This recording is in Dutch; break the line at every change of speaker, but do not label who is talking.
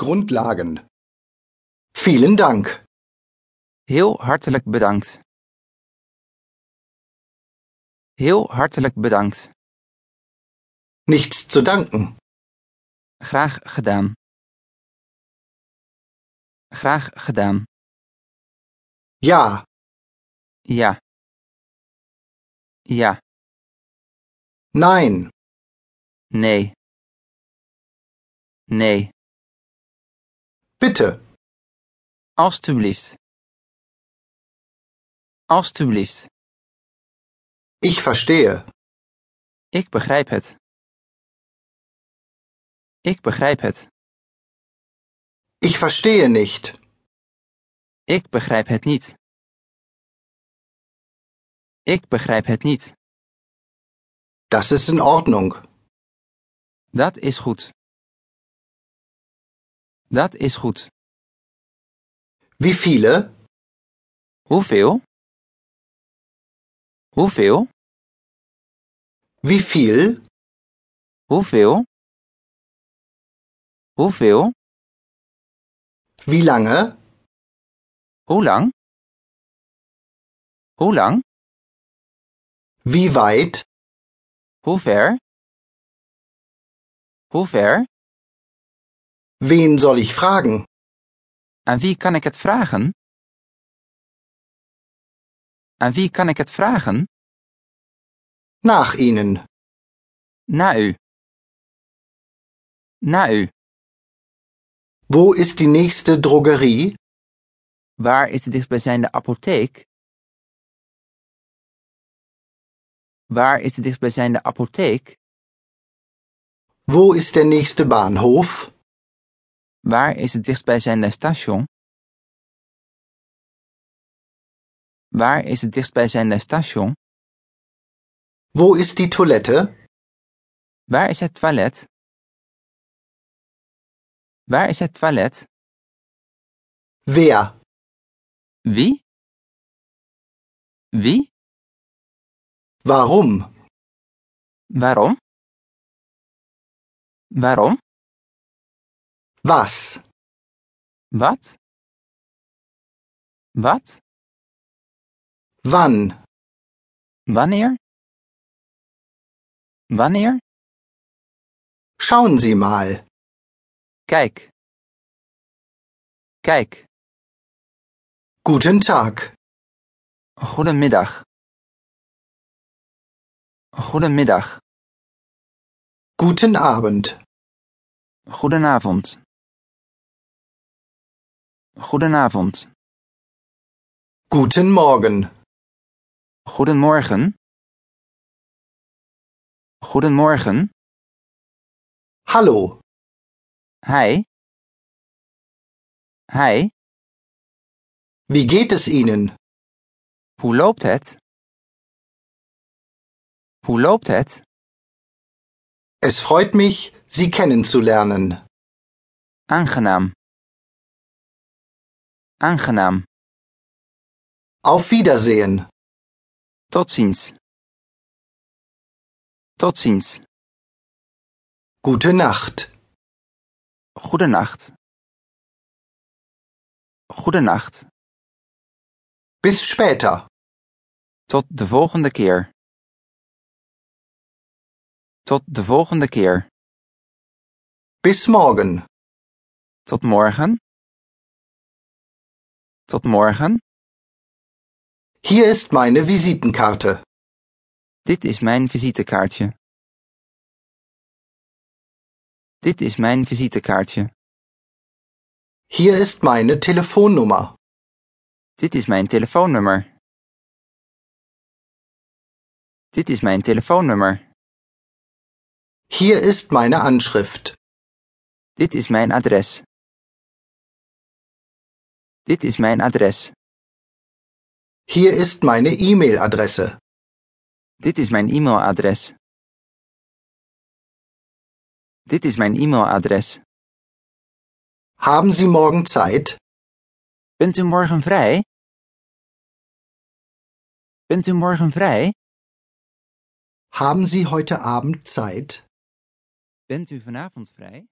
grundlagen. Vielen Dank.
Heel hartelijk bedankt. Heel hartelijk bedankt.
Nichts zu danken.
Graag gedaan. Graag gedaan.
Ja,
Ja. Ja.
nein,
Nee. Nee.
bitte,
Alstublieft. Alstublieft.
ich verstehe.
Ik begrijp het. Ik begrijp het.
Ich verstehe nicht.
Ik begrijp het niet. Ik begrijp het niet.
Das ist in Ordnung.
Dat is goed. Dat is goed.
Wie viele?
Hoeveel? Hoeveel?
Wie viel?
Hoeveel? Hoeveel?
Wie lange?
Hoe lang? Hoe lang?
Wie weit?
Hoe ver? Hoe ver?
Wen soll ich fragen?
Aan wie kan ik het vragen? Aan wie kan ik het vragen?
Nach Ihnen.
Na u. Na u.
Wo ist die nächste Drogerie?
Waar is de dichtstbijzijnde apotheek? Waar is de dichtstbijzijnde apotheek?
Wo ist der nächste Bahnhof?
Waar is het dichtstbijzijnde station? Waar is het dichtstbijzijnde station?
Wo ist die Toilette?
Waar is het toilet? Waar is het toilet?
Wer?
Wie? Wie?
Warum?
Waarom? Waarom?
Was?
Wat? Wat?
Wann?
Wanneer? Wanneer?
Schauen Sie mal.
Kijk. Kijk.
Guten Tag.
Goedemiddag. Goedemiddag.
Guten Abend.
Goedenavond. Goedenavond.
Guten Morgen.
Goedemorgen. Goedemorgen.
Hallo.
Hi. Hi.
Wie geht es Ihnen?
Hoe loopt het? Hoe loopt het?
Es freut mich, Sie kennenzulernen.
Aangenaam. Aangenaam.
Auf Wiedersehen.
Tot ziens. Tot ziens.
Gute Nacht.
Goedenacht. Goedenacht.
Bis später.
Tot de volgende keer. Tot de volgende keer.
Bis morgen.
Tot morgen. Tot morgen.
Hier ist meine Visitenkarte.
Dit is mijn visitekaartje. Dit is mijn visitekaartje.
Hier ist meine Telefonnummer.
Dit is mijn telefoonnummer. Dit is mijn telefoonnummer.
Hier ist meine Anschrift.
Dit is mijn adres. Dit is mijn adres.
Hier ist meine E-Mail-Adresse.
Dit is mijn e-mailadres. Dit is mijn e-mailadres.
Haben Sie morgen Zeit?
Bent u morgen vrij? Bent u morgen vrij?
Haben Sie heute Abend Zeit?
Bent u vanavond vrij?